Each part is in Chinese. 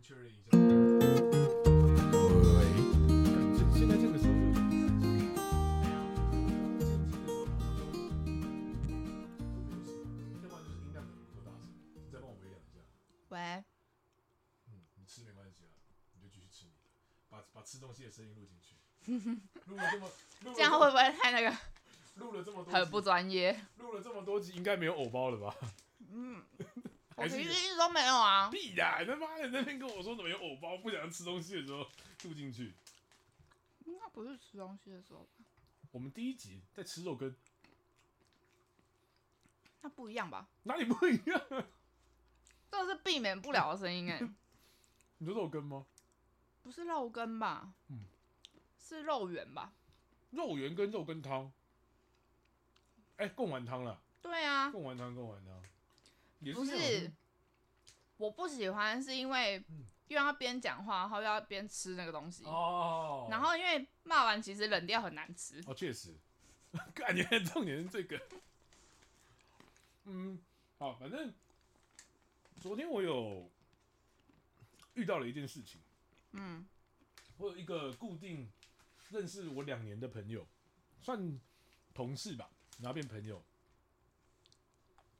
确认一下。喂，喂，现在这个时候就有点难进行的时候马上就都没有声音要不然就是音量可能不够大声你再帮我微扬一下。喂，嗯，你吃没关系啊，你就继续吃你的，把把吃东西的声音录进去。录了这么，录了这样会不会太那个录了这么多集， 很不专业？录了这么多集，应该没有偶包了吧？嗯，我还是平有时一直都没有啊。 屁呀！你他妈的那边跟我说怎么有偶包，不想吃东西的时候录进去。应该不是吃东西的时候吧，我们第一集在吃肉羹，那不一样吧？哪里不一样？这是避免不了的声音 哎、你说肉羹吗？不是肉羹吧？嗯是肉圆吧？肉圆跟肉羹汤，哎、贡丸汤啦，对啊，贡丸汤，贡丸汤，也不是那是种，我不喜欢，是因为嗯又要边讲话，然后又要边吃那个东西，哦，然后因为骂完其实冷掉很难吃。哦，确实， 感觉重点是这个，嗯，好，反正昨天我有遇到了一件事情，嗯，我有一个固定认识我两年的朋友，算同事吧，然后变朋友。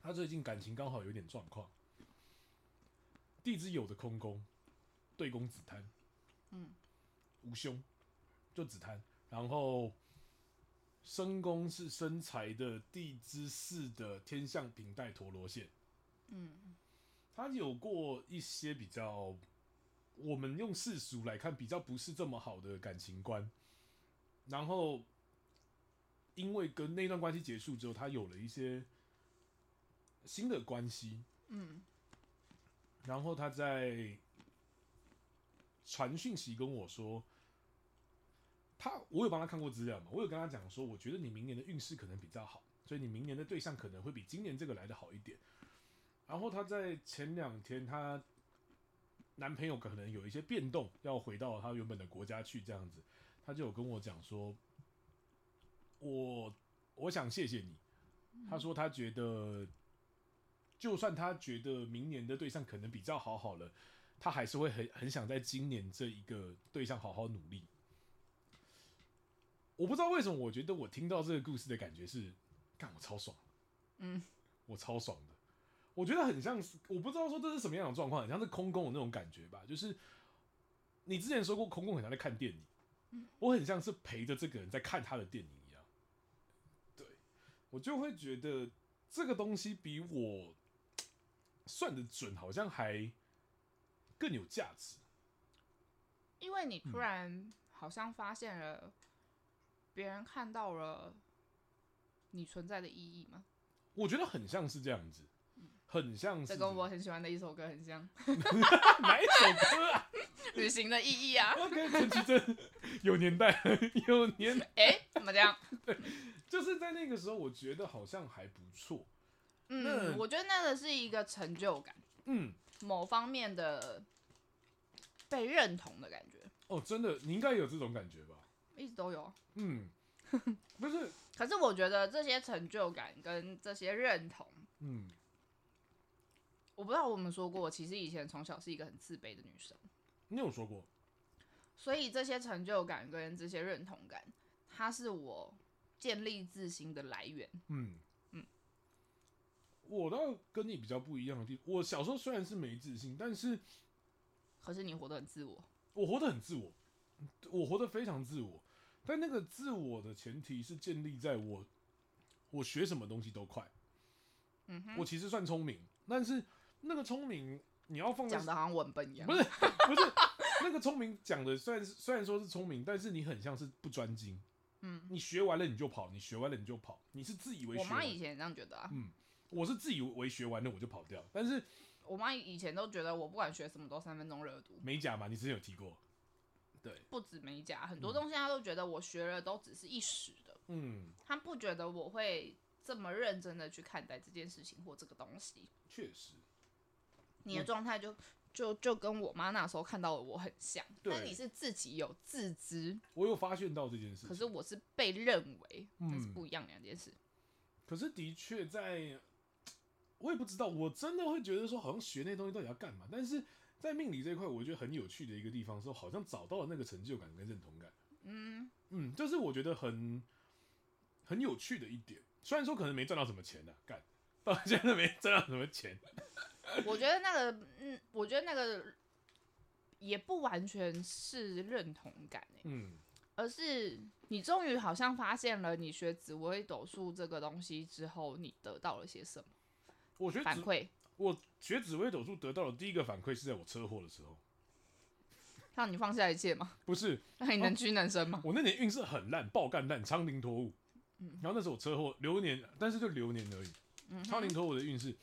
他最近感情刚好有点状况，地支有的空宫，对宫子贪，嗯，无凶就子贪，然后身宫是身财的地支巳的天象平带陀罗线，嗯，他有过一些比较，我们用世俗来看比较不是这么好的感情观，然后因为跟那段关系结束之后，他有了一些新的关系，嗯，然后他在传讯息跟我说，他我有帮他看过资料嘛，我有跟他讲说，我觉得你明年的运势可能比较好，所以你明年的对象可能会比今年这个来的好一点。然后他在前两天，她男朋友可能有一些变动，要回到他原本的国家去，这样子，他就有跟我讲说，我我想谢谢你。他说他觉得，就算他觉得明年的对象可能比较好好了，他还是会很很想在今年这一个对象好好努力。我不知道为什么，我觉得我听到这个故事的感觉是，干我超爽，嗯，我超爽的。我觉得很像是，我不知道说这是什么样的状况，很像是空宫的那种感觉吧。就是你之前说过，空宫很像在看电影，我很像是陪着这个人在看他的电影一样。对，我就会觉得这个东西比我算的准，好像还更有价值。因为你嗯突然好像发现了，别人看到了你存在的意义嘛，我觉得很像是这样子，很像嗯是啊这跟我很喜欢的一首歌很像，哪一首歌啊旅行的意义啊。 ？OK，陈绮贞有年代，有年代，哎、怎么这样？就是在那个时候，我觉得好像还不错。那嗯，我觉得那个是一个成就感，嗯，某方面的被认同的感觉，哦，真的，你应该有这种感觉吧？一直都有。嗯，不是，可是我觉得这些成就感跟这些认同，嗯，我不知道我们说过，其实以前从小是一个很自卑的女生，你有说过，所以这些成就感跟这些认同感，它是我建立自信的来源。嗯嗯，我倒跟你比较不一样的地方，我小时候虽然是没自信，但是可是你活得很自我，我活得很自我，我活得非常自我，但那个自我的前提是建立在我我学什么东西都快，嗯哼，我其实算聪明，但是那个聪明你要放在讲的好像文本一样不。是不是那个聪明讲的虽然是虽然说是聪明，但是你很像是不专精，嗯，你学完了你就跑，你学完了你就跑，你是自以为我学妈完，以前也这样觉得啊，我是自以为学完了我就跑掉，但是我妈以前都觉得我不管学什么都三分钟热度，美甲嘛，你之前有提过，对，不止美甲，很多东西她都觉得我学了都只是一时的，嗯，她不觉得我会这么认真的去看待这件事情或这个东西。确实，你嗯的状态就就就跟我妈那时候看到的我很像，对但你是自己有自知，我有发现到这件事情，可是我是被认为，嗯那是不一样两件事。可是的确在，我也不知道，我真的会觉得说，好像学那东西到底要干嘛？但是在命理这一块，我觉得很有趣的一个地方是，好像找到了那个成就感跟认同感。嗯，嗯，这是我觉得很很有趣的一点。虽然说可能没赚到什么钱呢、啊干到现在都没赚到什么钱。我觉得那个，嗯，我觉得那个也不完全是认同感、欸、嗯，而是你终于好像发现了你学紫微斗数这个东西之后，你得到了些什么我觉得反紫馈，我学紫微斗数得到的第一个反馈是在我车祸的时候，让你放下一切吗？ 不是让你能屈能伸吗？哦我那年运势很烂，爆干烂，苍蝇脱物。嗯然后那时候我车祸流年，但是就流年而已。嗯哼苍蝇脱物的运势，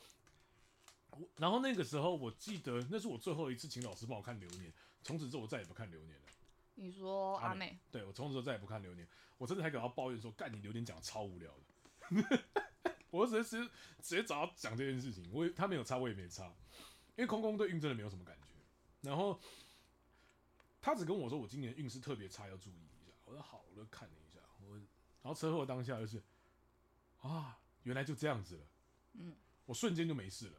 我然后那个时候我记得那是我最后一次请老师帮我看流年，从此之后我再也不看流年了。你说阿阿妹，对我从此之后再也不看流年，我真的还给他抱怨说，干你流年讲得超无聊的。 我直接直接直接找他讲这件事情，我也他没有差，我也没差，因为空空对运真的没有什么感觉。然后他只跟我说我今年运势特别差，要注意一下。我说好，我就看了一下，我然后车祸当下就是啊，原来就这样子了，嗯，我瞬间就没事了。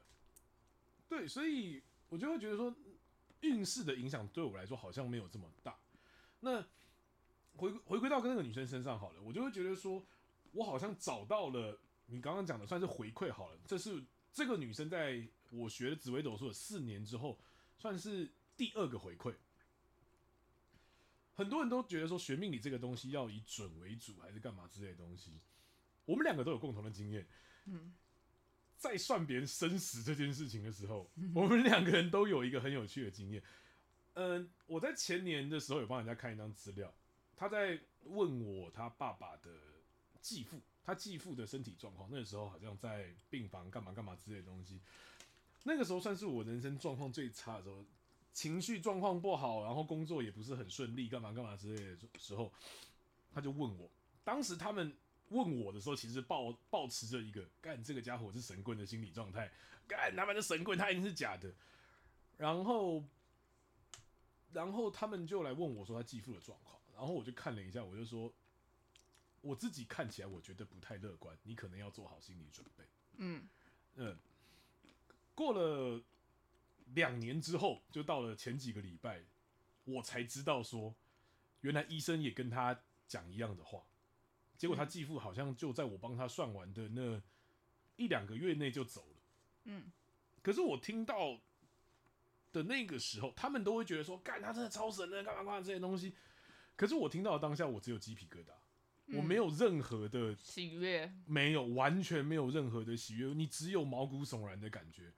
对，所以我就会觉得说运势的影响对我来说好像没有这么大。那回回归到跟那个女生身上好了，我就会觉得说，我好像找到了你刚刚讲的，算是回馈好了。这是这个女生在我学紫微斗数的四年之后，算是第二个回馈。很多人都觉得说学命理这个东西要以准为主，还是干嘛之类的东西。我们两个都有共同的经验，嗯，在算别人生死这件事情的时候，我们两个人都有一个很有趣的经验。嗯，我在前年的时候有帮人家看一张资料，他在问我他爸爸的继父，他继父的身体状况，那个时候好像在病房干嘛干嘛之类的东西。那个时候算是我人生状况最差的时候，情绪状况不好，然后工作也不是很顺利，干嘛干嘛之类的时候，他就问我，当时他们问我的时候，其实抱抱持着一个干这个家伙是神棍的心理状态，干他妈的神棍，他一定是假的。然后，然后他们就来问我说他继父的状况，然后我就看了一下，我就说我自己看起来我觉得不太乐观，你可能要做好心理准备。嗯，嗯，过了两年之后，就到了前几个礼拜，我才知道说，原来医生也跟他讲一样的话。结果他继父好像就在我帮他算完的那一两个月内就走了。嗯，可是我听到的那个时候，他们都会觉得说，干他真的超神的，干嘛干嘛这些东西。可是我听到的当下，我只有鸡皮疙瘩，我没有有任何的喜悦，没有，完全没有任何的喜悦，你只有毛骨悚然的感觉。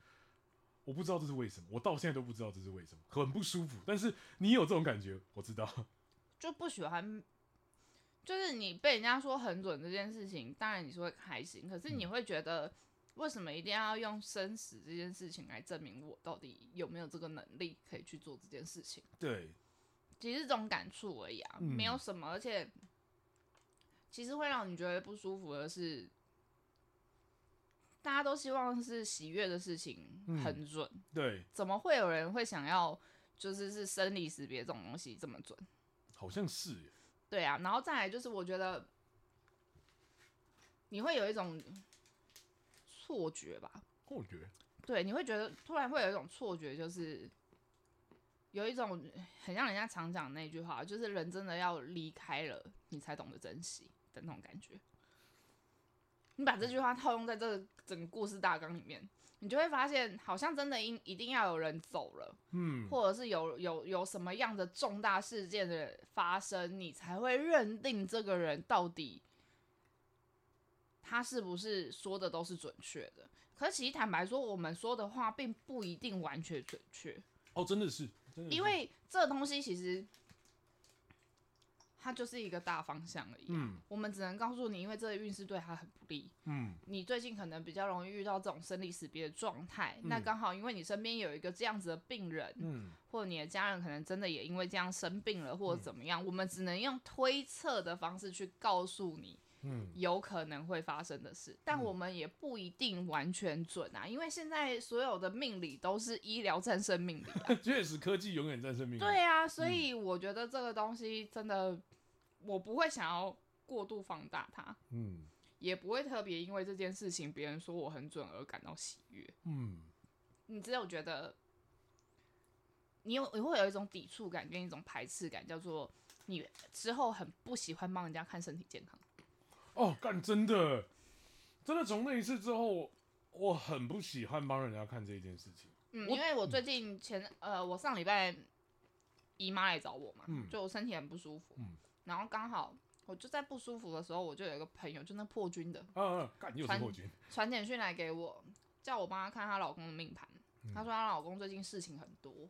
我不知道这是为什么，我到现在都不知道这是为什么，很不舒服。但是你有这种感觉，我知道。就不喜欢，就是你被人家说很准这件事情，当然你是会开心，可是嗯你会觉得为什么一定要用生死这件事情来证明我到底有没有这个能力可以去做这件事情？ 对，其实这种感触而已啊，嗯没有什么，而且其实会让你觉得不舒服的是。大家都希望是喜悦的事情嗯很准，对，怎么会有人会想要就是是生离死别这种东西这么准？好像是耶。对啊，然后再来就是我觉得你会有一种错觉吧，我觉得，对，你会觉得突然会有一种错觉，就是有一种很像人家常讲的那句话，就是人真的要离开了，你才懂得珍惜的那种感觉。你把这句话套用在这个整个故事大纲里面，你就会发现，好像真的一一定要有人走了，嗯，或者是有有有什么样的重大事件的发生，你才会认定这个人到底他是不是说的都是准确的。可其实坦白说，我们说的话并不一定完全准确，哦，真的是，真的是因为这东西其实它就是一个大方向而已。嗯我们只能告诉你，因为这个运势对他很不利，嗯你最近可能比较容易遇到这种生离死别的状态。那嗯刚好因为你身边有一个这样子的病人，嗯，或者你的家人可能真的也因为这样生病了，或者怎么样，我们只能用推测的方式去告诉你嗯，有可能会发生的事，但嗯我们也不一定完全准啊，因为现在所有的命理都是医疗战胜命理啊，确实科技永远战胜命运。对啊，所以我觉得这个东西真的，我不会想要过度放大它，嗯也不会特别因为这件事情别人说我很准而感到喜悦。嗯你只有觉得你有你会有一种抵触感跟一种排斥感，叫做你之后很不喜欢帮人家看身体健康。哦，干真的，真的从那一次之后，我很不喜欢帮人家看这件事情。嗯，我因为我最近前呃，我上礼拜姨妈来找我嘛，嗯就我身体很不舒服，嗯然后刚好我就在不舒服的时候，我就有一个朋友，就那破军的，嗯嗯，干你有什传么军？传简讯来给我，叫我帮她看她老公的命盘。嗯她说她老公最近事情很多，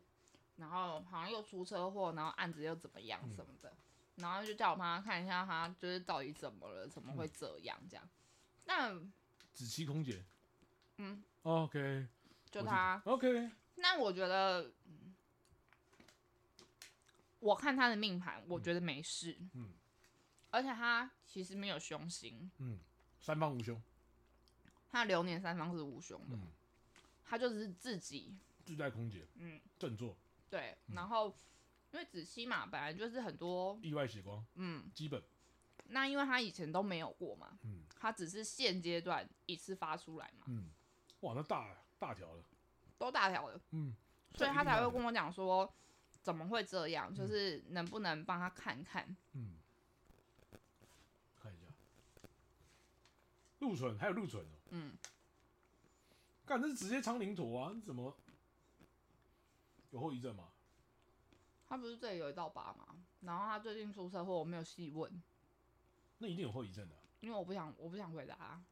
然后好像又出车祸，然后案子又怎么样嗯什么的，然后就叫我帮她看一下她就是到底怎么了，怎么嗯会这样这样。那子琪空姐。嗯，OK，就我知她， OK，那我觉得，嗯我看她的命盘，我觉得没事。嗯而且她其实没有凶星，三方无凶，她的流年三方是无凶的嗯，她、就只是自己自带空姐，嗯，振作，对，嗯然后因为子熙嘛，本来就是很多，意外血光，嗯，基本，那因为他以前都没有过嘛，嗯他只是现阶段一次发出来嘛，嗯，哇，那大大条了，都大条了，嗯，所以他这一定才大会条跟我讲说，怎么会这样？就是能不能帮他看看？嗯，看一下，陆纯还有陆纯哦，嗯，干这是直接苍灵陀啊，你怎么有后遗症吗？他不是这里有一道疤嘛，然后他最近出车祸，我没有细问，那一定有后遗症的、啊，因为我不想，我不想回答啊，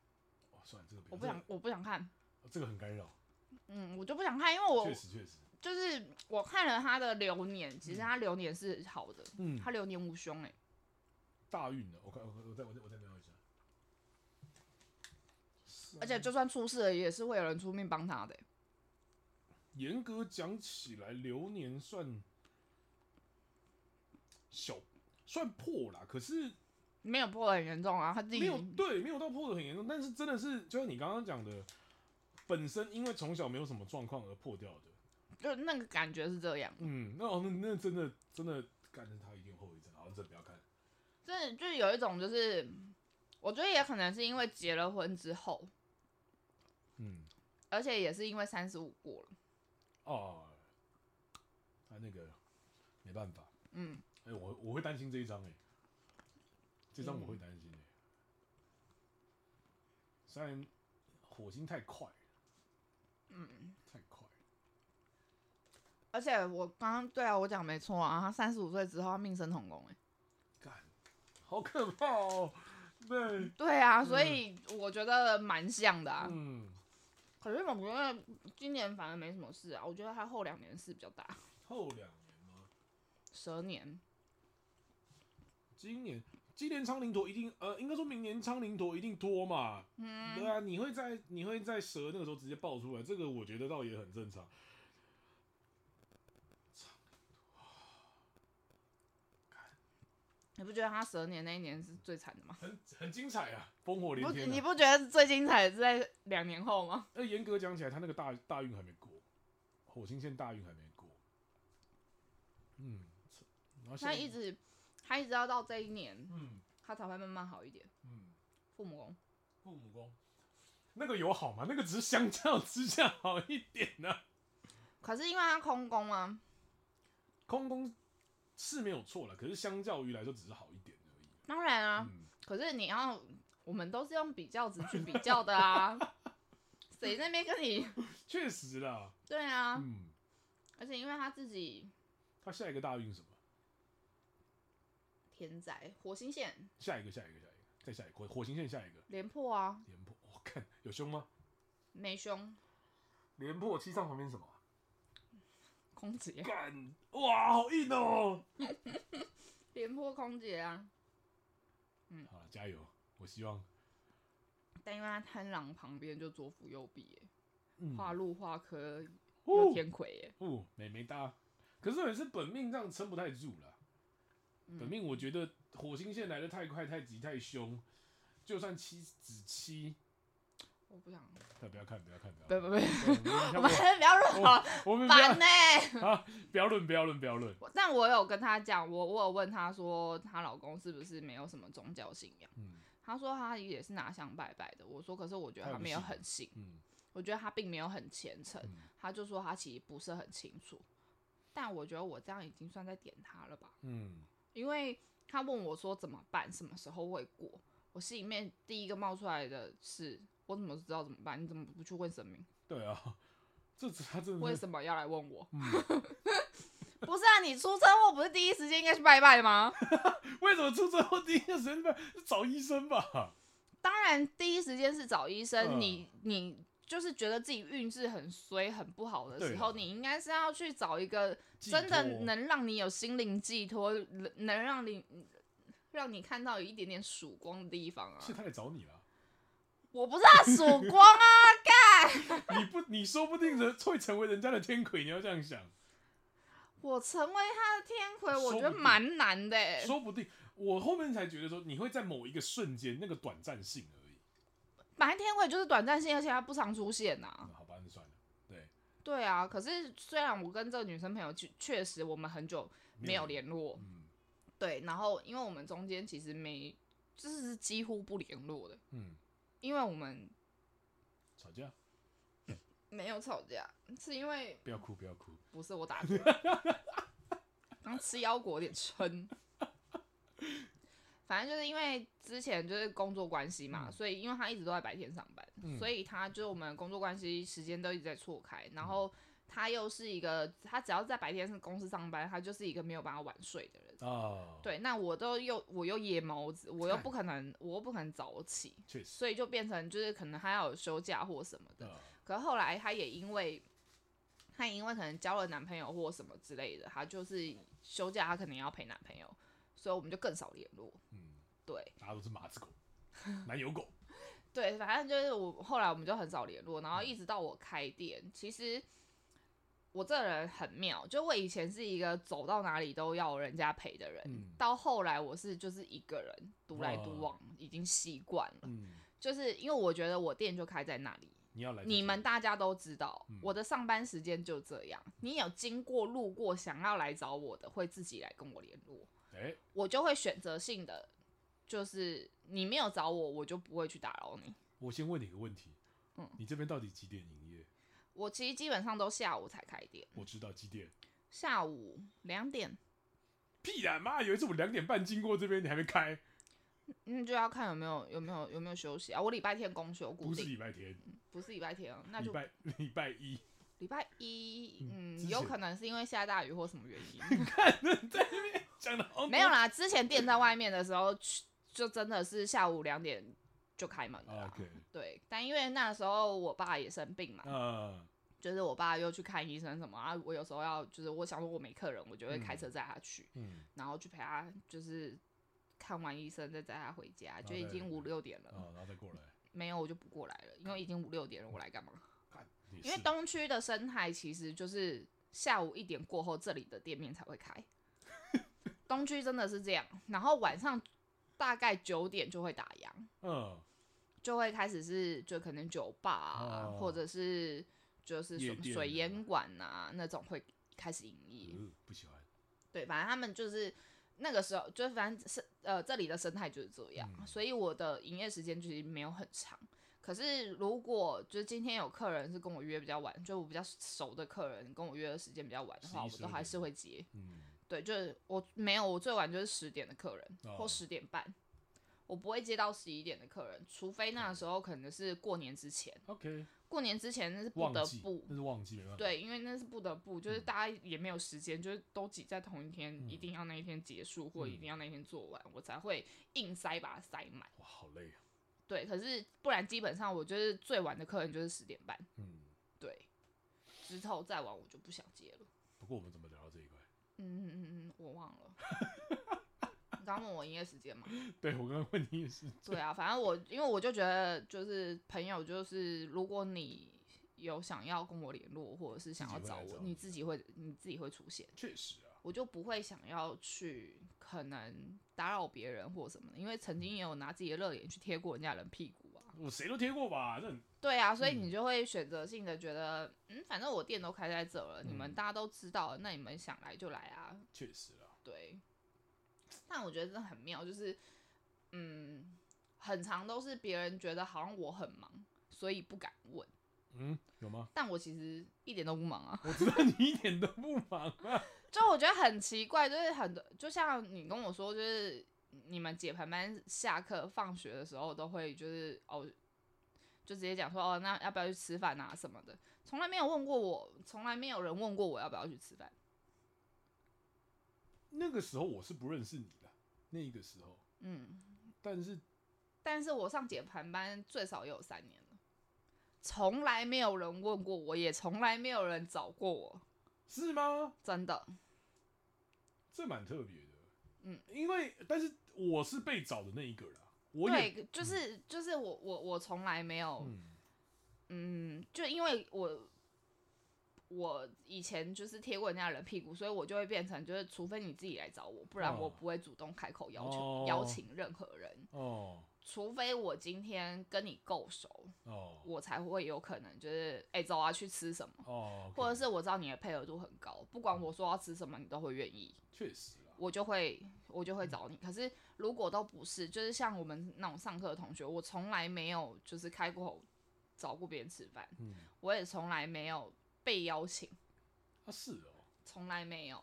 哇，算了，这个我要不想，我不想看，这个这个很干扰，嗯，我就不想看，因为我确实确实，就是我看了他的流年，其实他流年是好的，嗯，他流年无凶哎、大运的，我看我我再我再我再瞄一下，而且就算出事了，也是会有人出面帮他的欸、严格讲起来，流年算小，算破啦，可是没有破的很严重啊，他自己没有对，没有到破的很严重，但是真的是就像你刚刚讲的，本身因为从小没有什么状况而破掉的，就那个感觉是这样，嗯，那哦那那真的真的，干的他一定有后遗症，好，这不要看，真的就是有一种就是，我觉得也可能是因为结了婚之后，嗯，而且也是因为三十五过了，哦，他那个没办法，嗯，哎、我我会担心这一张哎、这张我会担心哎、虽然火星太快了，嗯，太快了，而且我刚刚对啊，我讲没错啊，他三十五岁之后他命生童工、欸，干，好可怕哦、对，对啊，所以我觉得蛮像的啊，嗯，可是我觉得今年反而没什么事啊，我觉得他后两年事比较大，后两年吗？蛇年，今年今年苍灵陀一定，呃，应该说明年苍灵陀一定多嘛，对嗯，啊，你会在你会在蛇那个时候直接爆出来，这个我觉得倒也很正常。你不觉得他蛇年那一年是最惨的吗？很很精彩啊，烽火连不，天、啊。你不觉得最精彩的是在两年后吗？那严格讲起来，他那个大大运还没过，火星线大运还没过。嗯，然后现 他在一直，他一直要到这一年，嗯他才会慢慢好一点。嗯，父母宫，父母宫那个有好吗？那个只是相较之下好一点 呢、可是因为他空宫啊，空宫是没有错了，可是相较于来说只是好一点而已。当然啊，嗯，可是你要，我们都是用比较值去比较的啊， 谁那边跟你？确实啦。对啊，嗯，而且因为他自己他下一个大运是什么？田宅火星线下一个，下一个，下一个，再下一个火火星线下一个廉破啊，廉颇，我、看有凶吗？没凶，廉颇七上旁边是什么？空姐，干哇，好硬哦、廉破空姐啊，好了，加油！我希望，但因为他贪狼旁边就左辅右弼耶，嗯，画禄画科哦又天魁耶，哦，美眉搭，可是也是本命这样撑不太住了。嗯本命我觉得火星线来的太快、太急、太凶，就算七子七，我不想，哎不要看，不要看，不要不看，不不，对我我们们 不要乱跳好过我们 不烦要呢、啊，不要论，不要论，不要论。我但我有跟她讲，我我有问她说，她老公是不是没有什么宗教信仰？嗯她说她也是拿香拜拜的。我说，可是我觉得她她也不没有信很信，嗯我觉得她并没有很虔诚嗯。她就说她其实不是很清楚。但我觉得我这样已经算在点他了吧。嗯，因为他问我说怎么办，什么时候会过，我心里面第一个冒出来的是，我怎么知道怎么办？你怎么不去问神明？对啊，这他真的为是什么要来问我？嗯 不是啊，你出车祸不是第一时间应该去拜拜吗？ 为什么出车祸第一个时间是找医生吧？当然，第一时间是找医生。嗯你你就是觉得自己运势很衰、很不好的时对候，啦你应该是要去找一个寄真的托能让你有心灵寄托，能能让你让你看到有一点点曙光的地方啊。是他来找你了，我不是啊，曙 光啊，你不你说不定人会成为人家的天魁，你要这样想，我成为他的天魁，我说觉得不定蛮难的、欸。说不定我后面才觉得说你会在某一个瞬间那个短暂性而已。本来天魁就是短暂性，而且他不常出现啊呐、嗯好吧，那算了，对，对啊，可是虽然我跟这个女生朋友确确实我们很久没有联络，嗯对，然后因为我们中间其实没就是几乎不联络的，嗯，因为我们吵架没有吵架，是因为不要哭不要哭，不是我 打嗝，刚吃腰果有点撑。反正就是因为之前就是工作关系嘛，嗯所以因为他一直都在白天上班，嗯所以他就是我们工作关系时间都一直在错开。然后嗯他又是一个，他只要在白天是公司上班，他就是一个没有办法晚睡的人。啊，，对，那我都又我又夜猫子，我又看不可能，我又不可能早起，确实，所以就变成就是可能他要有休假或什么的。啊可是后来她也因为她也因为可能交了男朋友或什么之类的，她就是休假，她肯定要陪男朋友，所以我们就更少联络。嗯，对大家都是马子狗，男友 狗，对，反正就是我后来我们就很少联络，嗯然后一直到我开店，其实。我这个人很妙，就我以前是一个走到哪里都要人家陪的人，嗯到后来我是就是一个人独来独哇往，已经习惯了。嗯，就是因为我觉得我店就开在那里，你要来就你进们大家都知道嗯，我的上班时间就这样。你有经过、路过想要来找我的，会自己来跟我联络，哎，我就会选择性的，就是你没有找我，我就不会去打扰你。我先问你个问题，嗯你这边到底几点营业？我其实基本上都下午才开店，我知道几点。下午两点，屁啦！妈，有一次我两点半经过这边，你还没开，嗯，就要看有没有有没有有没有休息啊。我礼拜天公休，不固是定礼拜天，不是礼拜天啊，那礼就拜礼拜一。礼拜一，嗯嗯之，前有可能是因为下大雨或什么原因。看，你在那边讲的好没有啦，之前店在外面的时候，去就真的是下午两点就开门了啦。哦 OK，对，但因为那时候我爸也生病嘛，啊，就是我爸又去看医生什么啊，我有时候要就是我想说我没客人，我就会开车载他去，嗯，然后去陪他就是看完医生再载他回家，后就已再经五六点了，啊，然后再过来，没有我就不过来了，因为已经五六点了，我来干嘛？看，也因为是东区的生态其实就是下午一点过后，这里的店面才会开。东区真的是这样，然后晚上大概九点就会打烊，嗯，就会开始是就可能酒吧啊，哦或者是就是夜什么店啊水烟馆啊那种会开始营业。呃不喜欢，对，反正他们就是那个时候，就是反正是呃这里的生态就是这样，嗯所以我的营业时间其实没有很长。可是如果就是今天有客人是跟我约比较晚，就我比较熟的客人跟我约的时间比较晚的话， 11我都还12是会接。嗯，对，就是我没有，我最晚就是十点的客人、或哦十点半，我不会接到十一点的客人，除非嗯那时候可能是过年之前， ，OK，过年之前那是不忘得记不，那是忘记没办法，，对，因为那是不得不，就是大家也没有时间，就是都挤在同一天，一嗯定要那一天结束，或一嗯定要那一天做完，我才会硬塞把它塞满。哇，好累啊，对，可是不然基本上我就是最晚的客人就是十点半，嗯，对，之后再晚我就不想接了。不过我们怎么聊到这一块？ 嗯嗯嗯嗯，我忘了。 你刚问我营业时间嘛？对我刚刚问你也是，对啊，反正我因为我就觉得，就是朋友，就是如果你有想要跟我联络，或者是想自要己会找来我，找你你自己会你自己会出现。确实啊，我就不会想要去可能打扰别人或什么的，因为曾经也有拿自己的热脸去贴过人家人屁股啊。我谁都贴过吧，这很对啊，所以嗯你就会选择性的觉得，嗯，反正我店都开在这了，你们嗯大家都知道了，那你们想来就来啊。确实啊，对，但我觉得这很妙，就是，嗯，很长都是别人觉得好像我很忙，所以不敢问。嗯，有吗？但我其实一点都不忙啊。我知道你一点都不忙啊。 就我觉得很奇怪，就是很多，就像你跟我说，就是你们解盘班下课放学的时候都会就是哦，就直接讲说哦，那要不要去吃饭啊什么的，从来没有问过我，从来没有人问过我要不要去吃饭。那个时候我是不认识你的，那个时候，嗯，但是但是我上解盘班最少也有三年了，从来没有人问过我，也从来没有人找过我，是吗？真的。这蛮特别的，嗯，因为但是我是被找的那一个啦，我也对，就是就是我我我从来没有。嗯嗯，就因为我我以前就是贴过人家的屁股，所以我就会变成就是，除非你自己来找我，不然我哦不会主动开口要求、邀哦请任何人，哦除非我今天跟你够熟，哦我才会有可能就是哎、走啊去吃什么，哦，或者是我知道你的配合度很高，不管我说要吃什么，你都会愿意。确实啊啦，我就会我就会找你。可是如果都不是，就是像我们那种上课的同学，我从来没有就是开过口找过别人吃饭，嗯我也从来没有被邀请，啊是哦，从来没有。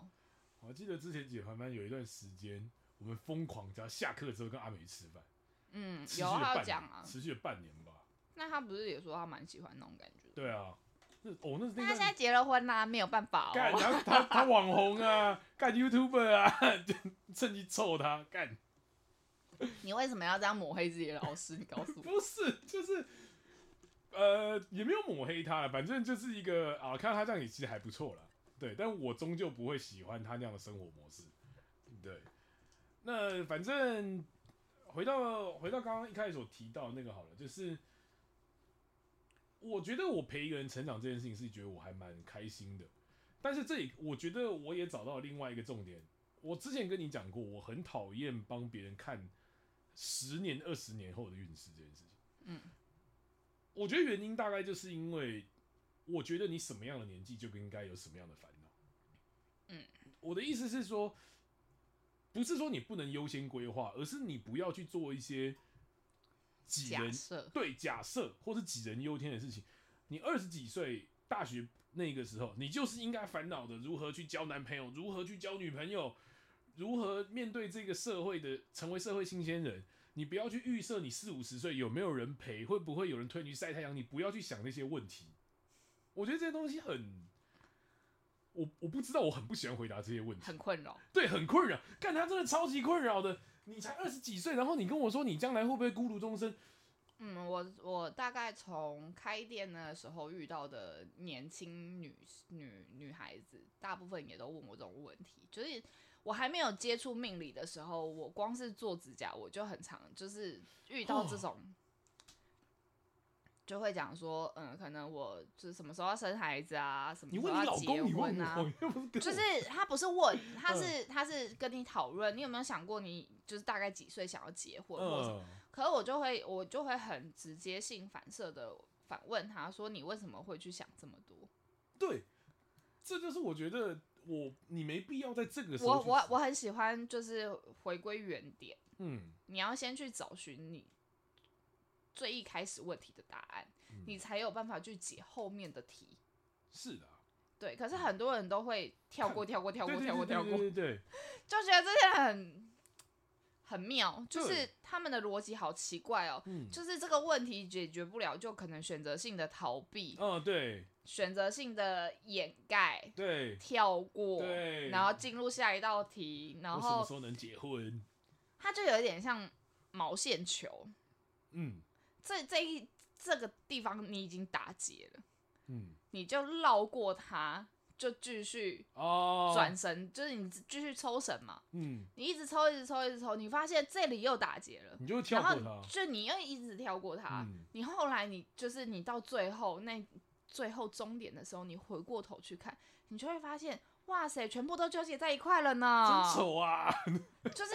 我还记得之前解盘班有一段时间，我们疯狂只要下课之后跟阿美去吃饭，嗯，持续有了啊他半有年讲啊，持续了半年吧，那他不是也说他蛮喜欢那种感觉的？对啊，那哦那那那他现在个结了婚啦、没有办法干，哦。然后他他网红啊，干 YouTuber 啊， 就趁机臭他干。你为什么要这样抹黑自己的老师？你告诉我。不是，就是呃，也没有抹黑他了，反正就是一个啊，看到他这样也其实还不错啦。对，但我终究不会喜欢他那样的生活模式。对，那反正回到回到刚刚一开始所提到的那个好了，就是我觉得我陪一个人成长这件事情是觉得我还蛮开心的，但是这也我觉得我也找到了另外一个重点。我之前跟你讲过，我很讨厌帮别人看十年、二十年后的运势这件事情。嗯，我觉得原因大概就是因为，我觉得你什么样的年纪就应该有什么样的烦恼。嗯，我的意思是说，不是说你不能优先规划，而是你不要去做一些杞假人设，对假设或是杞人忧天的事情。你二十几岁大学那个时候，你就是应该烦恼的如何去交男朋友，如何去交女朋友，如何面对这个社会的成为社会新鲜人。你不要去预设你四五十岁有没有人陪，会不会有人推你去晒太阳，你不要去想那些问题。我觉得这些东西很，我我不知道，我很不喜欢回答这些问题。很困扰。对，很困扰。干他真的超级困扰的。你才二十几岁，然后你跟我说你将来会不会孤独终生？嗯，我我大概从开店的时候遇到的年轻女女女孩子，大部分也都问我这种问题。就是我还没有接触命理的时候，我光是做指甲，我就很常就是遇到这哦种，就会讲说，嗯，可能我就是什么时候要生孩子啊，什么你时问候你要老结公，你问婚我， 啊。又不是跟就是我嗯他不是问，他是他是跟你讨论，你有没有想过你就是大概几岁想要结婚，或者嗯可是我就会我就会很直接性反射的反问他说：“你为什么会去想这么多对，这就是我觉得我你没必要在这个？”时候我去我我很喜欢就是回归原点，嗯你要先去找寻你最一开始问题的答案，嗯你才有办法去解后面的题。是的啊，对，可是很多人都会跳过跳过跳对过对跳过对跳过，对对对，就觉得这些人很很妙，就是对他们的逻辑好奇怪哦。嗯，就是这个问题解决不了，就可能选择性的逃避，哦对选择性的掩盖、对，跳过，对然后进入下一道题，我然什么后时候能结婚？它就有一点像毛线球，嗯这这一这个地方你已经打结了，嗯你就绕过它，就继续哦，转身，就是你继续抽绳嘛，嗯，你一直抽，一直抽，一直抽，你发现这里又打结了。你就会跳然过后它，就你又一直跳过它，嗯你后来你就是你到最后那最后终点的时候，你回过头去看，你就会发现，哇塞，全部都纠结在一块了呢。真丑啊！就是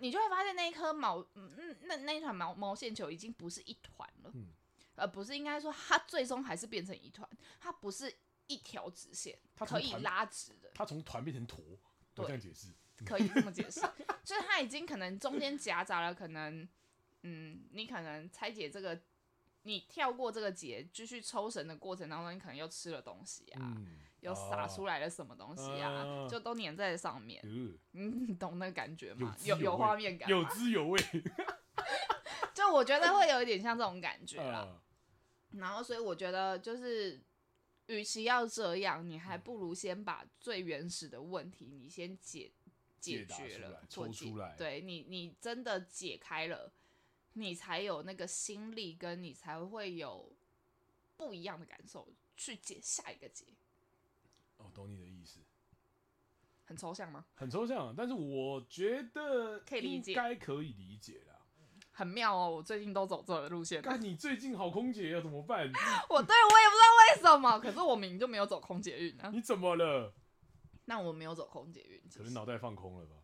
你就会发现那一颗毛，嗯，嗯那那一团毛毛线球已经不是一团了，嗯呃，不是应该说它最终还是变成一团，它不是一条直线它从可以团拉直的，它从团变成坨，我对这样解释，可以这么解释， 就是它已经可能中间夹杂了可能，嗯，你可能拆解这个你跳过这个节，继续抽神的过程当中，你可能又吃了东西啊，嗯，又撒出来，来了什么东西啊，嗯就都粘在上面。呃嗯，懂那个感觉吗？有滋有有味画面感有吗，滋有味，就我觉得会有一点像这种感觉啦。啊，然后，所以我觉得就是，与其要这样，你嗯还不如先把最原始的问题你先解解解答决出了来，或抽解出来对你，你真的解开了，你才有那个心力，跟你才会有不一样的感受去解下一个结。我哦懂你的意思，很抽象吗？很抽象，但是我觉得可以理解应该可以理解啦。很妙哦，我最近都走这个路 线。看你最近好空姐啊要怎么办？我对我也不知道为什么，可是我明明就没有走空捷运啊。你怎么 了？那我没有走空捷运，嗯可其能实脑袋放空了吧？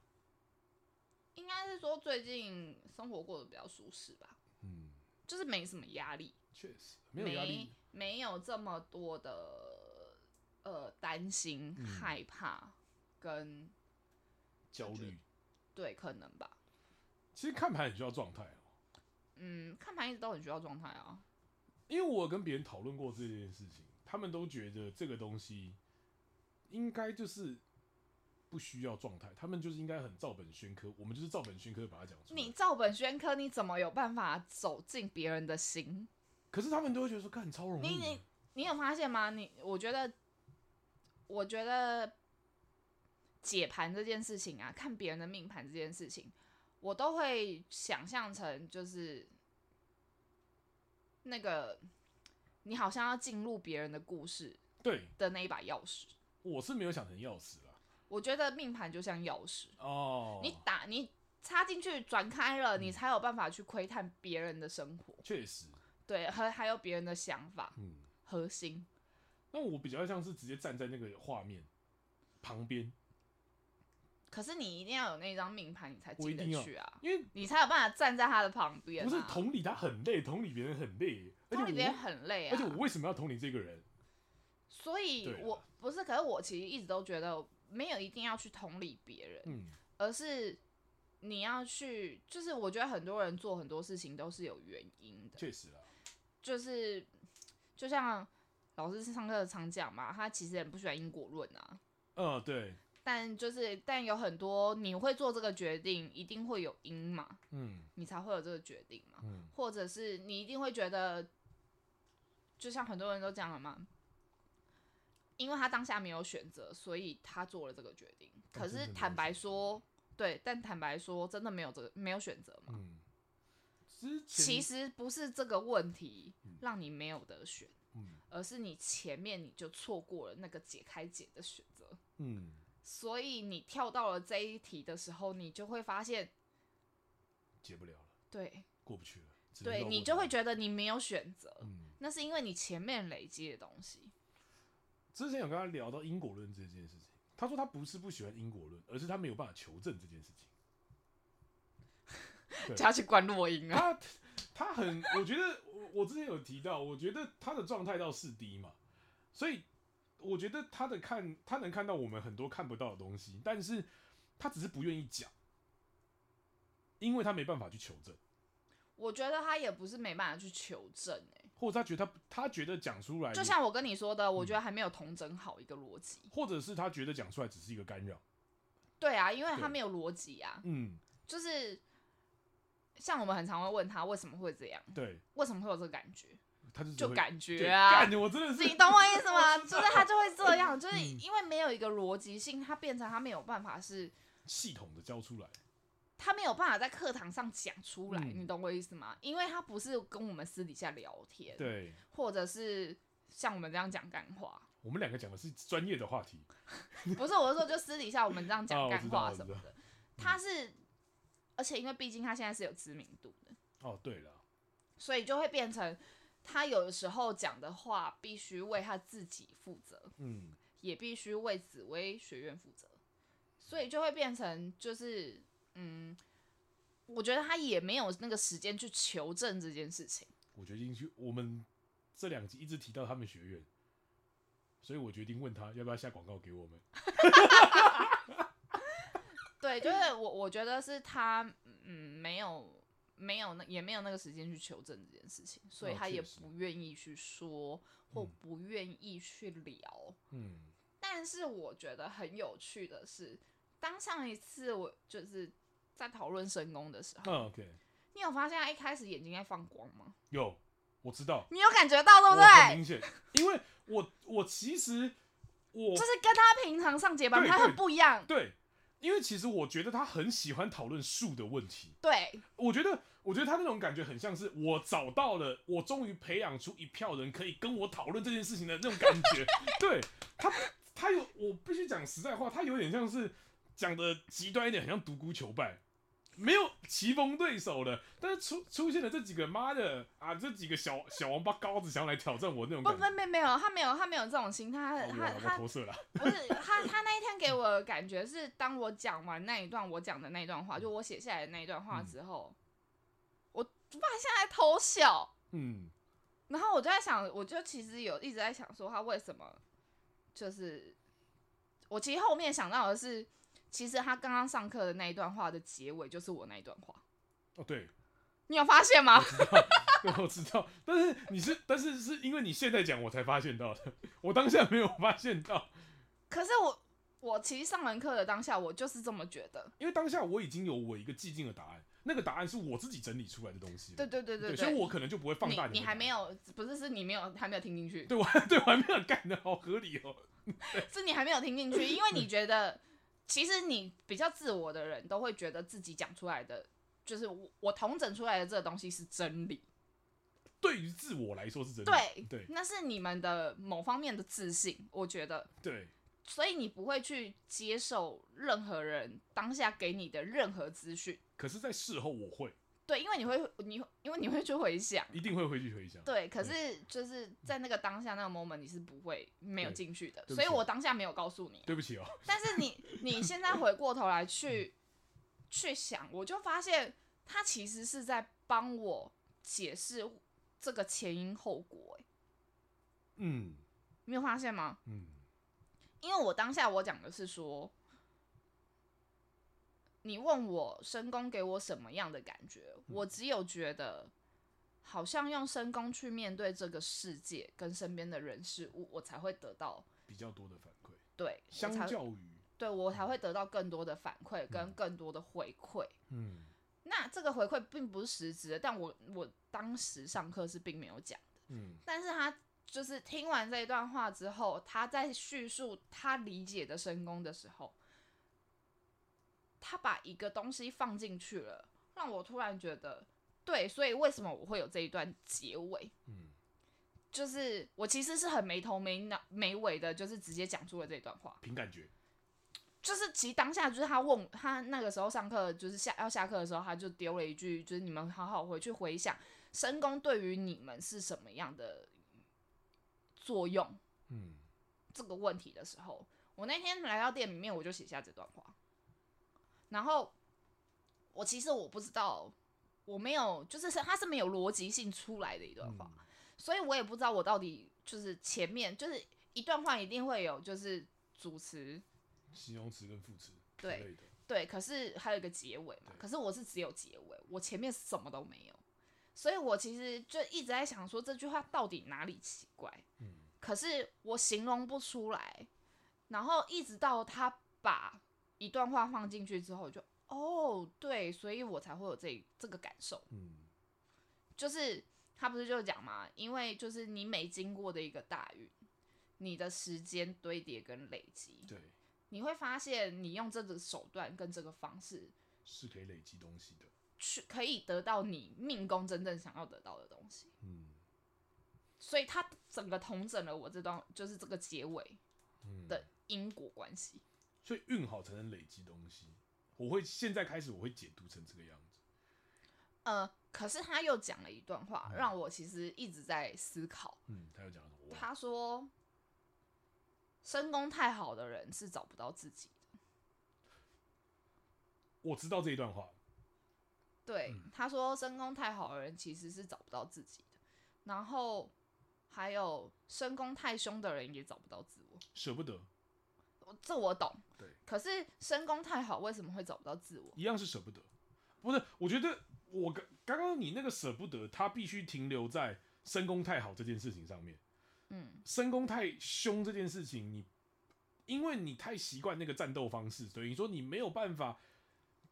应该是说最近生活过得比较舒适吧，嗯，就是没什么压力，确实没有压力。没，没有这么多的呃担心、嗯害怕跟焦虑。对可能吧。其实看盘很需要状态哦，嗯，看盘一直都很需要状态啊。因为我有跟别人讨论过这件事情，他们都觉得这个东西应该就是不需要状态，他们就是应该很照本宣科，我们就是照本宣科把它讲出你来。照本宣科，你怎么有办法走进别人的心？可是他们都会觉得说，干超容你易你的，你有发现吗？你我觉得，我觉得解盘这件事情啊，看别人的命盘这件事情，我都会想象成就是那个你好像要进入别人的故事对，的那一把钥匙。我是没有想成钥匙啦。我觉得命盘就像钥匙，哦，你打你插进去转开了，嗯你才有办法去窥探别人的生活，确实，对，和还有别人的想法嗯，核心。那我比较像是直接站在那个画面旁边，可是你一定要有那张命盘，你才我一进得定要去啊，因为你才有办法站在他的旁边、啊。不是同理他很累，同理别人很累，而且同理别人我很累啊。而且我为什么要同理这个人？所以对啊我不是，可是我其实一直都觉得没有一定要去同理别人，嗯，而是你要去，就是我觉得很多人做很多事情都是有原因的，确实啊啦，就是就像老师上课常讲嘛，他其实很不喜欢因果论啊，嗯，对，但就是但有很多你会做这个决定，一定会有因嘛，嗯你才会有这个决定嘛。嗯，或者是你一定会觉得，就像很多人都讲了嘛，因为他当下没有选择，所以他做了这个决定。哦可真的是没有坦白选择说，对，但坦白说，真的没有这个没有选择嘛？嗯，之前其实不是这个问题让你没有得选，嗯而是你前面你就错过了那个解开解的选择。嗯，所以你跳到了这一题的时候，你就会发现，解不了了，对过不去了，只能对，绕你过就它会觉得你没有选择，嗯，那是因为你前面累积的东西。之前有跟他聊到因果论这件事情，他说他不是不喜欢因果论，而是他没有办法求证这件事情。对加去关落 音啊！他他很，我觉得我我之前有提到，我觉得他的状态到四低嘛，所以我觉得他的看他能看到我们很多看不到的东西，但是他只是不愿意讲，因为他没办法去求证，我觉得他也不是没办法去求证、欸，或者他觉得他他觉得讲出来，就像我跟你说的，嗯我觉得还没有同整好一个逻辑。或者是他觉得讲出来只是一个干扰，对啊，因为他对没有逻辑啊，嗯，就是像我们很常会问他为什么会这样，对，为什么会有这个感觉，他就只就会感觉对啊，干我真的你是懂我意思 吗？就是他就会这样，就是嗯因为没有一个逻辑性，他变成他没有办法是，系统的教出来，他没有办法在课堂上讲出来，嗯你懂我意思吗？因为他不是跟我们私底下聊天，，对或者是像我们这样讲干话，我们两个讲的是专业的话题，不是我是说就私底下我们这样哦讲我干知道话我什知么的，他是，而且因为毕竟他现在是有知名度的，哦，对了，所以就会变成他有的时候讲的话必须为他自己负责，嗯，也必须为紫薇学院负责，所以就会变成就是嗯，我觉得他也没有那个时间去求证这件事情。我决定去，我们这两集一直提到他们学院，所以我决定问他要不要下广告给我们。对，就是我我觉得是他嗯没有没有那也没有那个时间去求证这件事情，所以哦他也确实不愿意去说或嗯不愿意去聊。嗯，但是我觉得很有趣的是，当上一次我就是在讨论神功的时候，嗯，OK，你有发现他一开始眼睛在放光吗？有，我知道，你有感觉到对不我很哦对？明显，因为我我其实我就是跟他平常上节班对他对很不一样，对，因为其实我觉得他很喜欢讨论树的问题，对我觉得，我觉得他那种感觉很像是我找到了，我终于培养出一票人可以跟我讨论这件事情的那种感 觉。对他，他有我必须讲实在话，他有点像是讲的极端一点，很像独孤求败，没有棋逢对手的。但是出出现了这几个妈的啊，这几个小小王八羔子想要来挑战我那种不感不觉。没没有，他没有他没有这种心态，哦我有他他了我他投射了， 不是他他那一天给我的感觉是，当我讲完那一段我讲的那一段嗯话，就我写下来的那一段话之后，我爸现在偷笑，嗯，然后我就在想，我就其实有一直在想说他为什么，就是我其实后面想到的是，其实他刚刚上课的那一段话的结尾就是我那一段话，哦对， 你有发现吗？ 我知道，但是你是，但是是因为你现在讲我才发现到的，我当下没有发现到。可是我我其实上完课的当下，我就是这么觉得，因为当下我已经有我一个既定的答案，那个答案是我自己整理出来的东西了。对对对对对所以我可能就不会放大你你还没有有，不是是你没有还没有听进去，对我还 对我还没有干的好合理哦。是你还没有听进去，因为嗯你觉得其实你比较自我的人都会觉得自己讲出来的，就是我我统整出来的这个东西是真理，对于自我来说是真的，对对那是你们的某方面的自信，我觉得，对所以你不会去接受任何人当下给你的任何资讯，可是，在事后我会对，因为你会你因为你会去回想。一定会回去回想。对，可是就是在那个当下那个 moment，你是不会没有对进去的，对不所以起我当下没有告诉你。对不起哦，但是 你你现在回过头来去去想，我就发现他其实是在帮我解释这个前因后果、欸，嗯你有发现吗？嗯因为我当下我讲的是说，你问我深宫给我什么样的感觉，嗯我只有觉得。好像用深宫去面对这个世界跟身边的人事物，我才会得到比较多的反馈，对，我相才较嗯于对我才会得到更多的反馈跟更多的回馈。嗯那这个回馈并不是实质的，但我我当时上课是并没有讲的，嗯但是他就是听完这一段话之后，他在叙述他理解的深宫的时候，他把一个东西放进去了，让我突然觉得，对，所以为什么我会有这一段结尾？嗯就是我其实是很没头没脑没尾的，就是直接讲出了这段话。凭感觉，就是其实当下就是他问我他那个时候上课就是下要下课的时候，他就丢了一句，就是你们好好回去回想深宫对于你们是什么样的作用嗯这个问题的时候，我那天来到店里面我就写下这段话，然后我其实我不知道，我没有就是是它是没有逻辑性出来的一嗯段话，所以我也不知道我到底就是前面就是一段话一定会有就是主词。形容词跟副词之对类的，对，可是还有一个结尾嘛对。可是我是只有结尾，我前面什么都没有，所以我其实就一直在想说这句话到底哪里奇怪，嗯可是我形容不出来。然后一直到他把一段话放进去之后，我就哦对，所以我才会有这这个感受。嗯就是他不是就讲嘛，因为就是你每经过的一个大运，你的时间堆叠跟累积，对，你会发现你用这个手段跟这个方式。是可以累积东西的，去可以得到你命宫真正想要得到的东西，嗯所以他整个统整了我这段就是这个结尾嗯的因果关系。所以运好才能累积东西。我会现在开始，我会解读成这个样子。呃，可是他又讲了一段话，让我其实一直在思考。嗯，他又讲了什么？嗯哇他说，身宫太好的人是找不到自己的。我知道这一段话，对，嗯他说身宫太好的人其实是找不到自己的。然后还有身宫太凶的人也找不到自我。舍不得，我这我懂。对可是身宫太好，为什么会找不到自我？一样是舍不得。不是，我觉得我我刚刚刚你那个舍不得，他必须停留在申公太好这件事情上面。嗯，申公太凶这件事情，你因为你太习惯那个战斗方式，等于说你没有办法，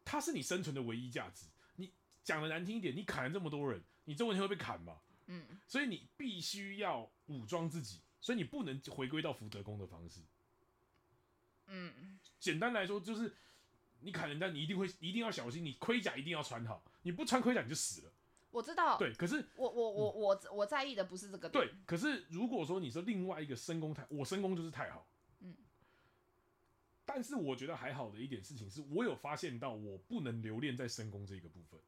它是你生存的唯一价值。你讲的难听一点，你砍了这么多人，你这问题会被砍嘛？嗯，所以你必须要武装自己，所以你不能回归到福德宫的方式。嗯，简单来说，就是你砍人家，你一定会一定要小心，你盔甲一定要穿好，你不穿盔甲你就死了。我知道，对，可是我我我我我在意的不是这个点对，可是如果说你是另外一个深宫太，我深宫就是太好，嗯。但是我觉得还好的一点事情是，我有发现到我不能留恋在深宫这个部分。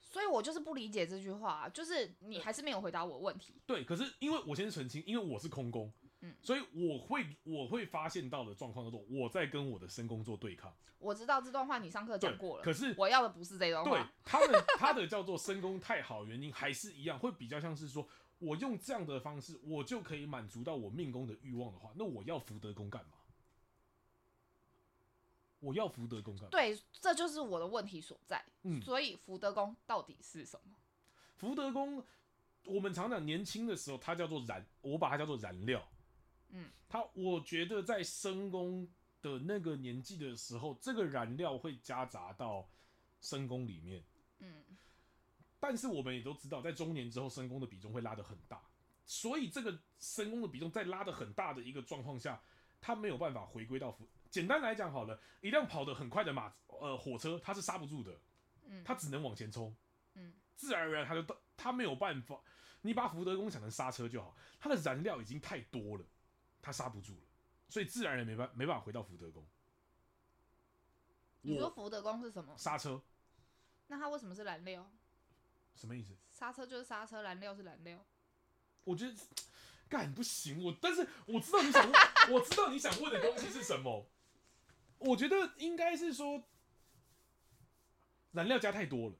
所以我就是不理解这句话，啊就是你还是没有回答我问题。对，可是因为我先澄清，因为我是空宫，嗯所以我会我会发现到的状况叫做我在跟我的深宫做对抗。我知道这段话你上课对讲过，了，可是我要的不是这段对话。他的 他的叫做深宫太好，原因还是一样，会比较像是说，我用这样的方式，我就可以满足到我命宫的欲望的话，那我要福德宫干嘛？我要福德宫干嘛？对这就是我的问题所在。嗯所以福德宫到底是什么？福德宫，我们常讲年轻的时候，它叫做燃，我把它叫做燃料。嗯，它我觉得在深宫的那个年纪的时候，这个燃料会夹杂到深宫里面。嗯但是我们也都知道，在中年之后，深宫的比重会拉得很大，所以这个深宫的比重在拉得很大的一个状况下，它没有办法回归到福。简单来讲好了，一辆跑得很快的马呃火车，它是刹不住的，嗯，它只能往前冲，嗯，自然而然它就到，它没有办法。你把福德宫想成刹车就好，它的燃料已经太多了，它刹不住了，所以自然而然没办没办法回到福德宫。你说我福德宫是什么？刹车那它为什么是燃料？什么意思？刹车就是刹车，燃料是燃料。我觉得干不行，我但是我知道你想 问，我知道你想问的东西是什么。我觉得应该是说燃料加太多了，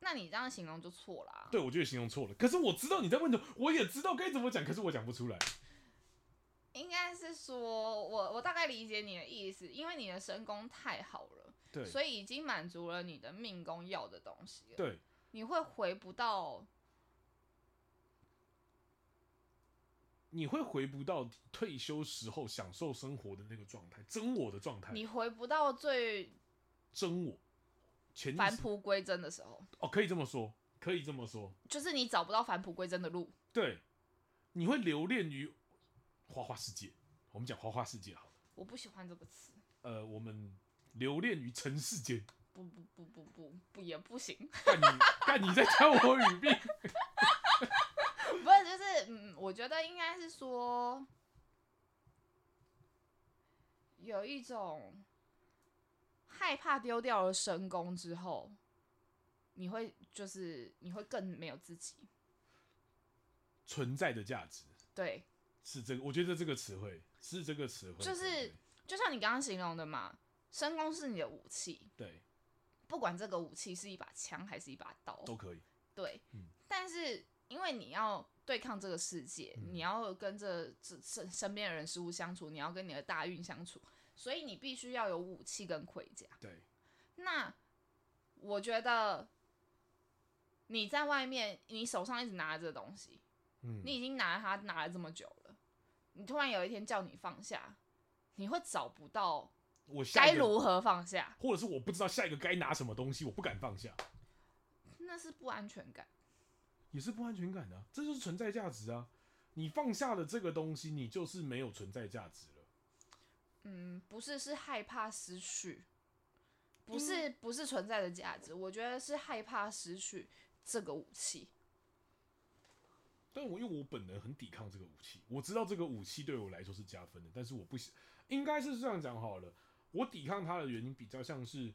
那你这样形容就错了、啊。对我觉得形容错了。可是我知道你在问的，我也知道该怎么讲，可是我讲不出来。应该是说，我我大概理解你的意思，因为你的神功太好了，对所以已经满足了你的命宫要的东西了。对，你会回不到，你会回不到退休时候享受生活的那个状态，真我的状态，你回不到最真我，潜意返识璞归真的时候，哦，可以这么说，可以这么说，就是你找不到返璞归真的路。对，你会留恋于花花世界。我们讲花花世界好了。我不喜欢这个词，呃，我们留恋于尘世间。 不不不不不不也不行， 干你 干你在挑我语病？不是就是嗯，我觉得应该是说有一种害怕丢掉了神功之后，你会就是你会更没有自己， 存在的价值对，是这个，我觉得这个词汇是这个词汇，就是对就像你刚刚形容的嘛，神功是你的武器，对不管这个武器是一把枪还是一把刀，都可以。对，嗯但是因为你要对抗这个世界，嗯你要跟这这身身边的人事物相处，你要跟你的大运相处，所以你必须要有武器跟盔甲。对，那我觉得你在外面，你手上一直拿着东西，嗯，你已经拿它拿了这么久了，你突然有一天叫你放下，你会找不到我下该一个，如何放下，或者是我不知道下一个该拿什么东西，我不敢放下，那是不安全感。也是不安全感啊，这就是存在价值啊。你放下了这个东西，你就是没有存在价值了。嗯，不是，是害怕失去，不是不是存在的价值，我觉得是害怕失去这个武器。但我因为我本人很抵抗这个武器，我知道这个武器对我来说是加分的，但是我不想，应该是这样讲好了。我抵抗它的原因比较像是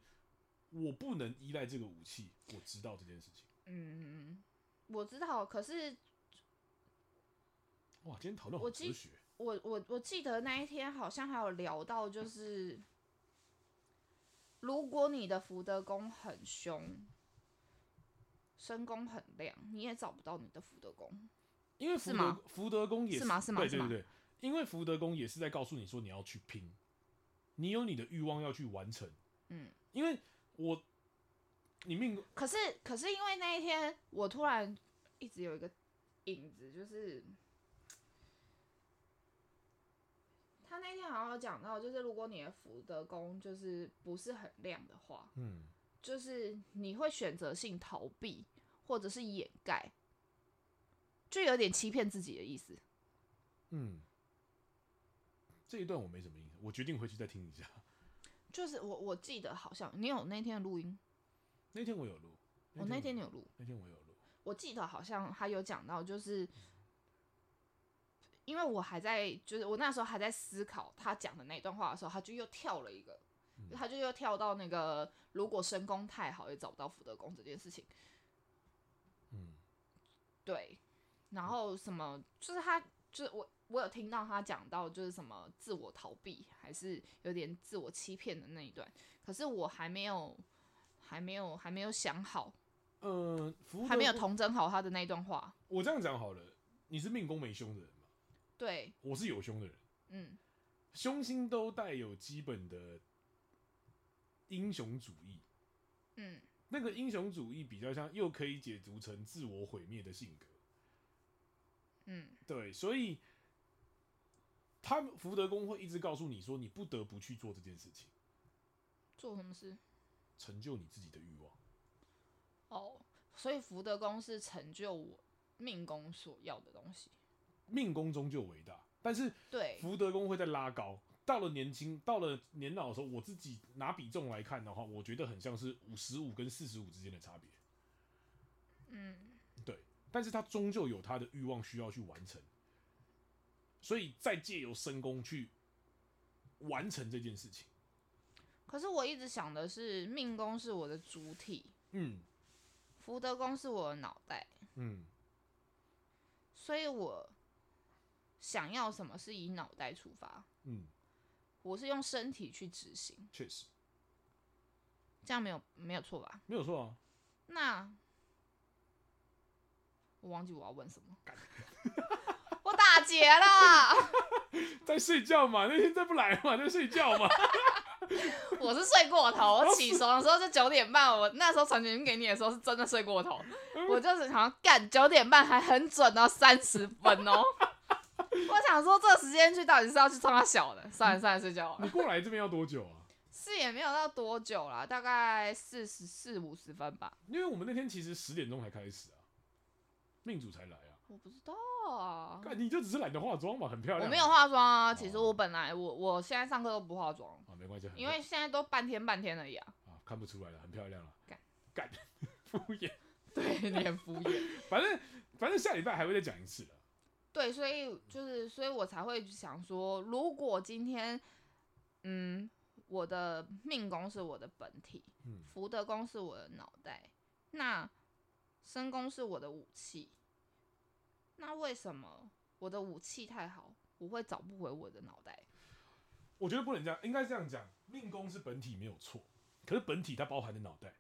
我不能依赖这个武器，我知道这件事情。嗯，我知道，可是哇，今天讨论好我记哲学，我我我记得那一天好像还有聊到，就是如果你的福德宫很凶，身宫很亮，你也找不到你的福德宫。因为福是德吗福德宫也是吗是吗对是对吗对对，因为福德宫也是在告诉你说你要去拼，你有你的欲望要去完成。嗯因为我你命可是可是因为那一天，我突然一直有一个影子，就是他那天好像有讲到，就是如果你的福德宫就是不是很亮的话，嗯，就是你会选择性逃避或者是掩盖，就有点欺骗自己的意思。嗯，这一段我没什么印象，我决定回去再听一下。就是我我记得好像你有那天的录音，那天我有录，我哦那天你有录，那天我有录，我记得好像他有讲到，就是因为我还在，就是我那时候还在思考他讲的那段话的时候，他就又跳了一个，他就又跳到那个如果神功太好也找不到福德宫这件事情，嗯对，然后什么就是他就是我我有听到他讲到就是什么自我逃避还是有点自我欺骗的那一段，可是我还没有还没有还没有想好，呃，福还没有德宫同整好他的那一段话，我这样讲好了，你是命宫没凶的人嘛，对，我是有凶的人，嗯。凶星都带有基本的英雄主义，嗯，那个英雄主义比较像，又可以解读成自我毁灭的性格。嗯对，所以他们福德宫会一直告诉你说，你不得不去做这件事情，，做什么事？成就你自己的欲望。哦，所以福德宫是成就我命宫所要的东西。命宫终究伟大，但是对，福德宫会在拉高。到了年轻，到了年老的时候，我自己拿比重来看的话，我觉得很像是五十五跟四十五之间的差别。嗯，但是他终究有他的欲望需要去完成，所以再借由深宫去完成这件事情。可是我一直想的是，命宫是我的主体，嗯福德宫是我的脑袋，嗯，所以我想要什么是以脑袋出发，嗯，我是用身体去执行，确实这样没有没有错吧？没有错啊。那我忘记我要问什么， 我打结了，在睡觉嘛，那天再不来嘛，在睡觉 嘛。我是睡过头，我起床的时候是九点半，我那时候传简讯给你的时候是真的睡过头，我就是想要干九点半还很准哦，三十分哦。我想说这个时间去到底是要去冲他小的，算了算了，睡觉你了。过来这边要多久啊？是也没有到多久啦，大概四十四五十分吧。因为我们那天其实十点钟才开始啊，命主才来啊。我不知道啊，看你就只是懒得化妆嘛，很漂亮。我没有化妆啊。其实我本来我我现在上课都不化妆，啊，没关系，很因为现在都半天半天而已啊。啊看不出来了，很漂亮了干。干 敷衍，对，你很敷衍。反正反正下礼拜还会再讲一次的。对，所以就是，所以我才会想说，如果今天，嗯，我的命宫是我的本体，嗯福德宫是我的脑袋，那身宫是我的武器。那为什么我的武器太好，我会找不回我的脑袋？我觉得不能这样，应该这样讲，命宫是本体没有错，可是本体它包含的脑袋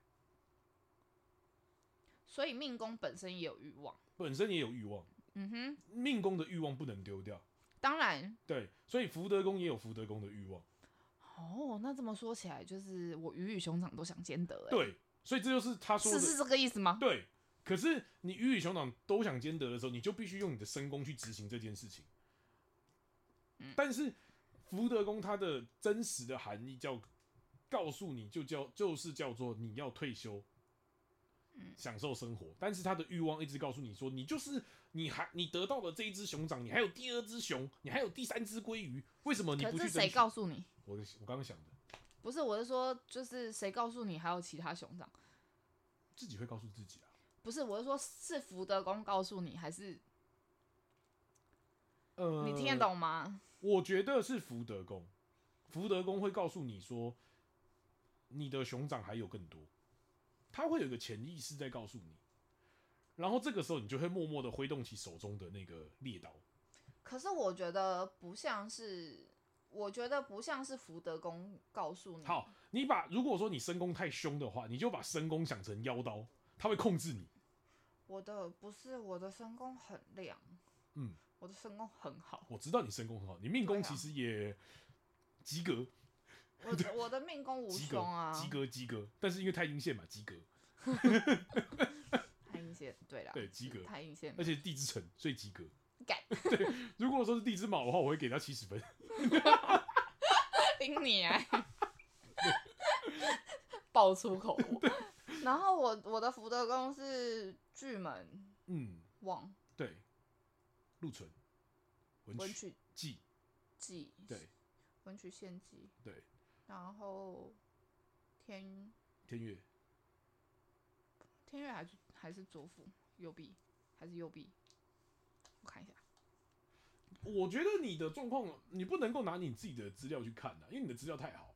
所以命宫本身也有欲望。本身也有欲望，嗯哼，命宫的欲望不能丢掉。当然对，所以福德宫也有福德宫的欲望。哦。那这么说起来，就是我鱼与熊掌都想兼得、欸，，对，所以这就是他说的是是这个意思吗？对。可是你鱼与熊掌都想兼得的时候，你就必须用你的身宫去执行这件事情。但是福德宫它的真实的含义叫告诉你就叫就是叫做你要退休，享受生活。但是他的欲望一直告诉你说，你就是你还你得到了这一只熊掌，你还有第二只熊，你还有第三只鲑鱼，为什么你可不是去谁争取？告诉你？我我刚刚想的，不是，我是说，就是谁告诉你还有其他熊掌？自己会告诉自己啊。不是，我是说，是福德宫告诉你，还是呃，你听得懂吗？我觉得是福德宫，福德宫会告诉你说，你的熊掌还有更多，他会有一个潜意识在告诉你，然后这个时候你就会默默的挥动起手中的那个猎刀。可是我觉得不像是，我觉得不像是福德宫告诉你。好，你把如果说你身宫太凶的话，你就把身宫想成妖刀，它会控制你。我的不是我的身宫很亮，嗯，我的身宫很好，我知道你身宫很好，你命啊宫其实也及格，我的我的命宫 无及凶格啊，，及格，及格，但是因为太阴线嘛，及格。太阴线，对啦，对及格啊太阴线而，且地之城最及格。干 对，如果说是地之卯的话，我会给他七十分。顶你啊！爆粗口我。 然后我我的福德宫是巨门嗯，旺对，陆纯、文文曲、曲季，忌，对文曲献祭，对，然后天天月，天月还是还是左辅右臂还是右臂，我看一下，我觉得你的状况，你不能够拿你自己的资料去看啊的、因为你的资料太好了。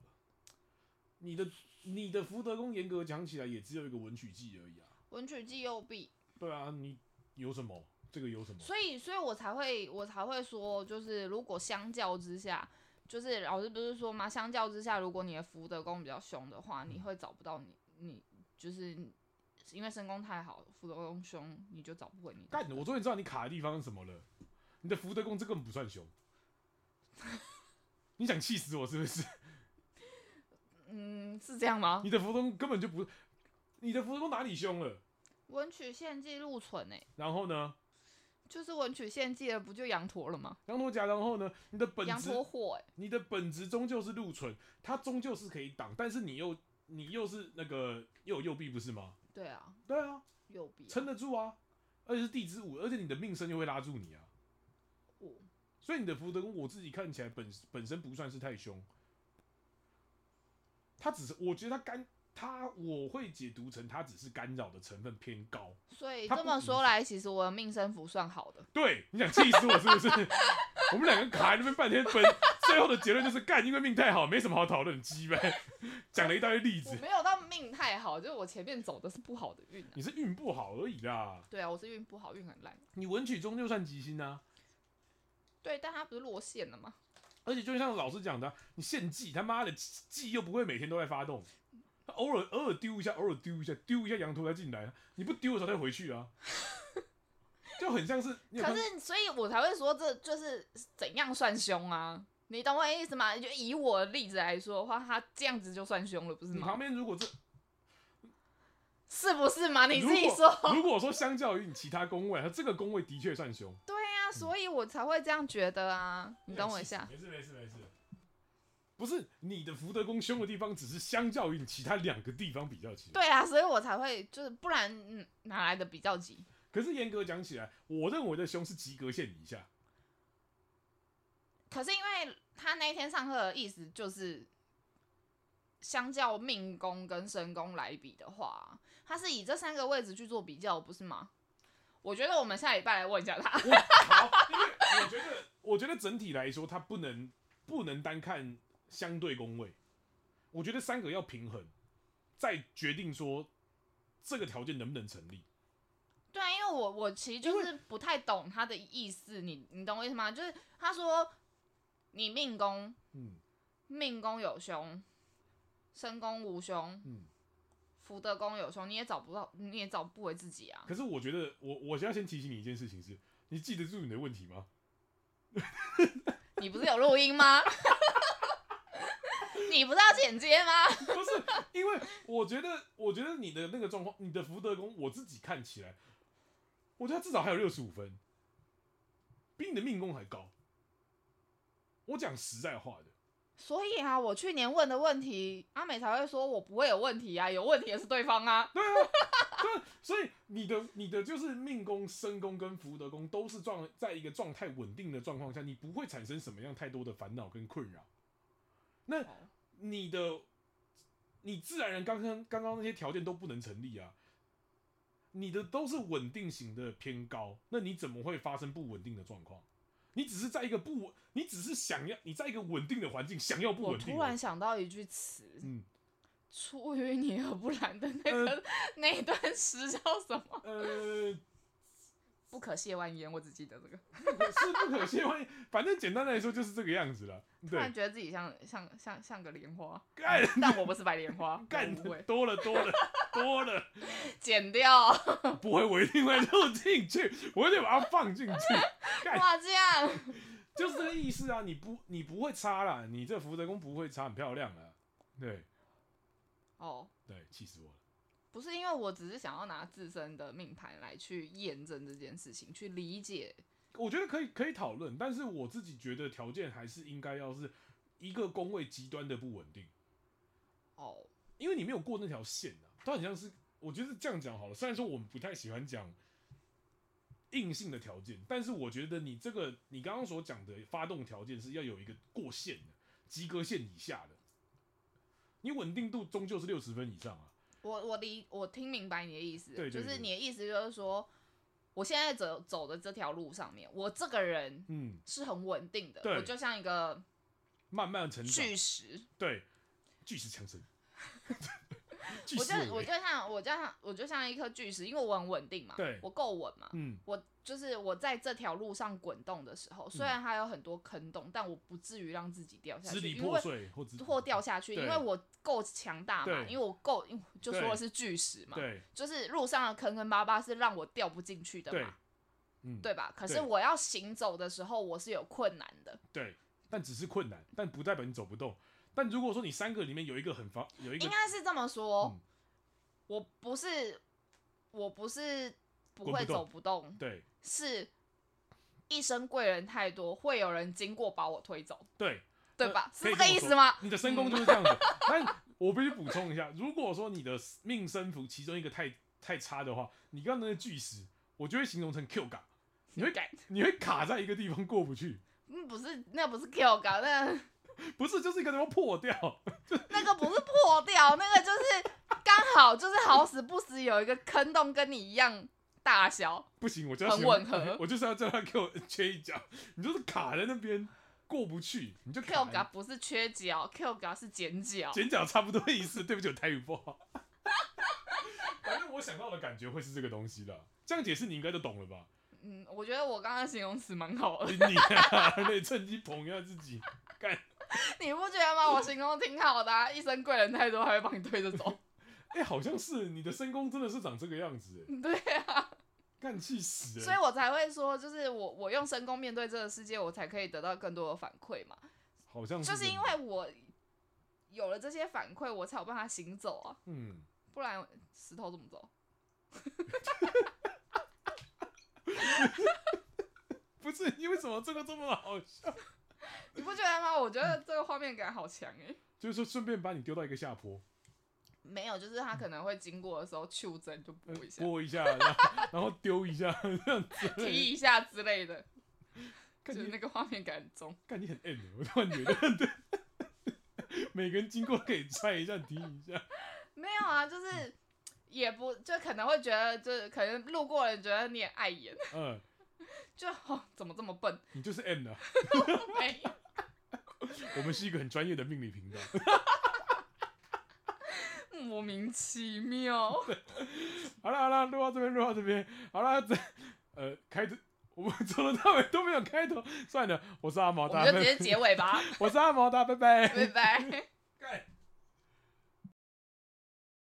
你的你的福德宫严格讲起来也只有一个文曲季而已啊。文曲忌右臂，对啊，你有什么？这个有什么？所以所以我才会我才会说，就是如果相较之下。就是老师不是说吗？相较之下，如果你的福德宫比较凶的话，嗯你会找不到你你就是因为身宫太好，福德宫凶，你就找不回你的。干，我终于知道你卡的地方是什么了。你的福德宫这根本不算凶。 你想气死我是不是？嗯，是这样吗你？的福德宫根本就不，你的福德宫哪里凶了？文曲献祭禄存诶、欸然后呢？就是文曲献祭了，不就羊驼了吗？羊驼甲，然后呢？你的本羊质驼火欸诶、你的本质终究是禄存，它终究是可以挡，但是你又你又是那个又有右臂不是吗？对啊，对啊，右臂、啊撑。得住啊，而且是地支舞，而且你的命生又会拉住你啊，我所以你的福德宫我自己看起来本本身不算是太凶，它只是我觉得它干它我会解读成它只是干扰的成分偏高，所以它这不么影说响来，其实我的命生符算好的。对，你想气死我是不是？ 我们两个卡在那边半天本，最后的结论就是干，因为命太好，没什么好讨论，鸡呗，讲了一大堆例我子。没有到命太好，就是我前面走的是不好的运、啊。你是运不好而已啦。对啊，我是运不好，运很烂。你文曲终究算吉星啊，对，但他不是落线了吗？而且就像老师讲的啊，你献祭他妈的祭祭又不会每天都在发动，他偶尔偶尔丢一下，偶尔丢一下，丢一下羊驼才进来啊，你不丢的时候它就回去啊，就很像是你有可看是，所以我才会说，这就是怎样算凶啊？你懂我的意思吗？就以我的例子来说的话，他这样子就算凶了，不是你嗯旁吗？边如果这是不是嘛？你如自己果说。如果说相较于你其他宫位，它这个宫位的确算凶，对啊，所以我才会这样觉得啊。你等我一下。嗯哎没事没事没事。不是你的福德宫凶的地方，只是相较于你其他两个地方比较起来。对啊，所以我才会就是，不然嗯哪来的比较级？可是严格讲起来，我认为的凶是及格线以 下。可是因为他那一天上课的意思就是，相较命宫跟身宫来比的话，他是以这三个位置去做比较，不是吗？我觉得我们下礼拜来问一下他。 我好，因为我觉得，我觉得整体来说，它不能不能单看相对宫位，我觉得三个要平衡，再决定说这个条件能不能成立。对啊，因为我我其实就是不太懂他的意思，你你懂我意思吗？就是他说你命宫嗯命宫有凶，身宫无凶，嗯。福德宫有凶，你也找不到，你也找不回自己啊。可是我觉得，我我要先提醒你一件事情是，你记得住你的问题吗？你不是有录音吗？ 你不是要剪接吗？不是，因为我觉得，我觉得你的那个状况，你的福德宫，我自己看起来，我觉得它至少还有六十五分，比你的命宫还高。我讲实在话的，所以啊，我去年问的问题，阿美才会说我不会有问题啊，有问题也是对方啊。对啊， 对，所以你的你的就是命宫、身宫跟福德宫都是状在一个状态稳定的状况下，你不会产生什么样太多的烦恼跟困扰。那你的你自然而然刚刚刚刚那些条件都不能成立啊，你的都是稳定型的偏高，那你怎么会发生不稳定的状况？你只是在一个不稳，你只是想要你在一个稳定的环境，想要不我稳定而已。突然想到一句词，嗯出淤泥而不染的那个、那一段诗叫什么？ 呃，不可亵玩焉，我只记得这个。是不可亵玩焉。反正简单来说就是这个样子了。突然对，觉得自己像像像像个莲花，干但我不是白莲花， 干我不会多了多了多了，剪掉，不会，我一定会录进去，我一定把它放进去。干 哇这样。就是这个意思啊！你不你不会差啦，你这福德宫不会差，很漂亮了。对哦，对，气死我了。不是因为我只是想要拿自身的命盘来去验证这件事情，去理解。我觉得可以可以讨论，但是我自己觉得条件还是应该要是一个宫位极端的不稳定，哦，因为你没有过那条线啊。它很像是，我觉得这样讲好了。虽然说我们不太喜欢讲硬性的条件，但是我觉得你这个你刚刚所讲的发动条件是要有一个过线的及格线以下的，你稳定度终究是六十分以上啊。我我理我听明白你的意思，对对就是对你的意思就是说，我现在走走的这条路上面，我这个人嗯，是很稳定的，对我就像一个慢慢成长，啊巨石，对，巨石强 森，巨我石就我伟就像我就像我就像一颗巨石，因为我很稳定嘛，对我够稳嘛，嗯，我就是我在这条路上滚动的时候，虽然它有很多坑洞，但我不至于让自己掉下嗯支去，离因破为碎或者或掉下去，因对为我够强大嘛，对因为我够，因为就说对的是巨石嘛，对就是路上的坑坑巴巴是让我掉不进去的对嘛，嗯对吧？可是对我要行走的时候，我是有困难的，对，但只是困难，但不代表你走不动。但如果说你三个里面有一个很防，有一个应该是这么说，嗯我不是我不是不滚会不动走不动，对是一生贵人太多，会有人经过把我推走，对，对那吧？是呃可以这么这个意说思吗？你的身宫就是这样子。嗯但我必须补充一下，如果说你的命身符其中一个太太差的话，你刚刚那个巨石，我就会形容成 Q 感，你会改？你会卡在一个地方过不去，嗯，不是，那不是 Q 稿，那不是就是一个地方破掉。那个不是破掉，那个就是刚好就是好死不死有一个坑洞跟你一样大小，不行，我就要很形容吻合。 我就是要叫他给我缺一脚，你就是卡在那边过不去，你就 Q 卡稿在不是缺角，Q 稿是剪角。剪脚差不多意思。对不起，我 台语不好。反正我想到的感觉会是这个东西的，这样解释你应该就懂了吧？嗯，我觉得我刚刚形容词蛮好的， 你啊，那趁机捧一下自己，干。你不觉得吗？我形容挺好的、 啊，一生贵人太多，还会把你推着走。哎、好像是你的身宫真的是长这个样子、哎，对啊，干气死、所以哎，我才会说，就是我我用身宫面对这个世界，我才可以得到更多的反馈嘛。好像嗯是就是真因的为我有了这些反馈，我才有办法行走啊，嗯，不然石头怎么走？不是你为什么这个这么好笑？你不觉得吗？我觉得这个画面感好强哎、就是说顺便把你丢到一个下坡，没有，就是他可能会经过的时候，袖珍就拨一下、拨一下，然后然后丢一下，这样 子。踢一下之类的，就看是你那个画面感很重。干你很 M，欸我突然觉得，对，每个人经过可以踹一下、踢一下，没有啊，就是也不就可能会觉得，就是可能路过的人觉得你很碍眼，嗯，就、哦、怎么这么笨？你就是 M 的。没有，我们是一个很专业的命理频道， 莫名其妙。好了好了，录到这边，录到这边，好了，这呃开头我们从头到尾都没有开头，算了，我是阿毛我大，们就拜直接拜结尾吧， 我是阿毛大，拜拜。拜拜。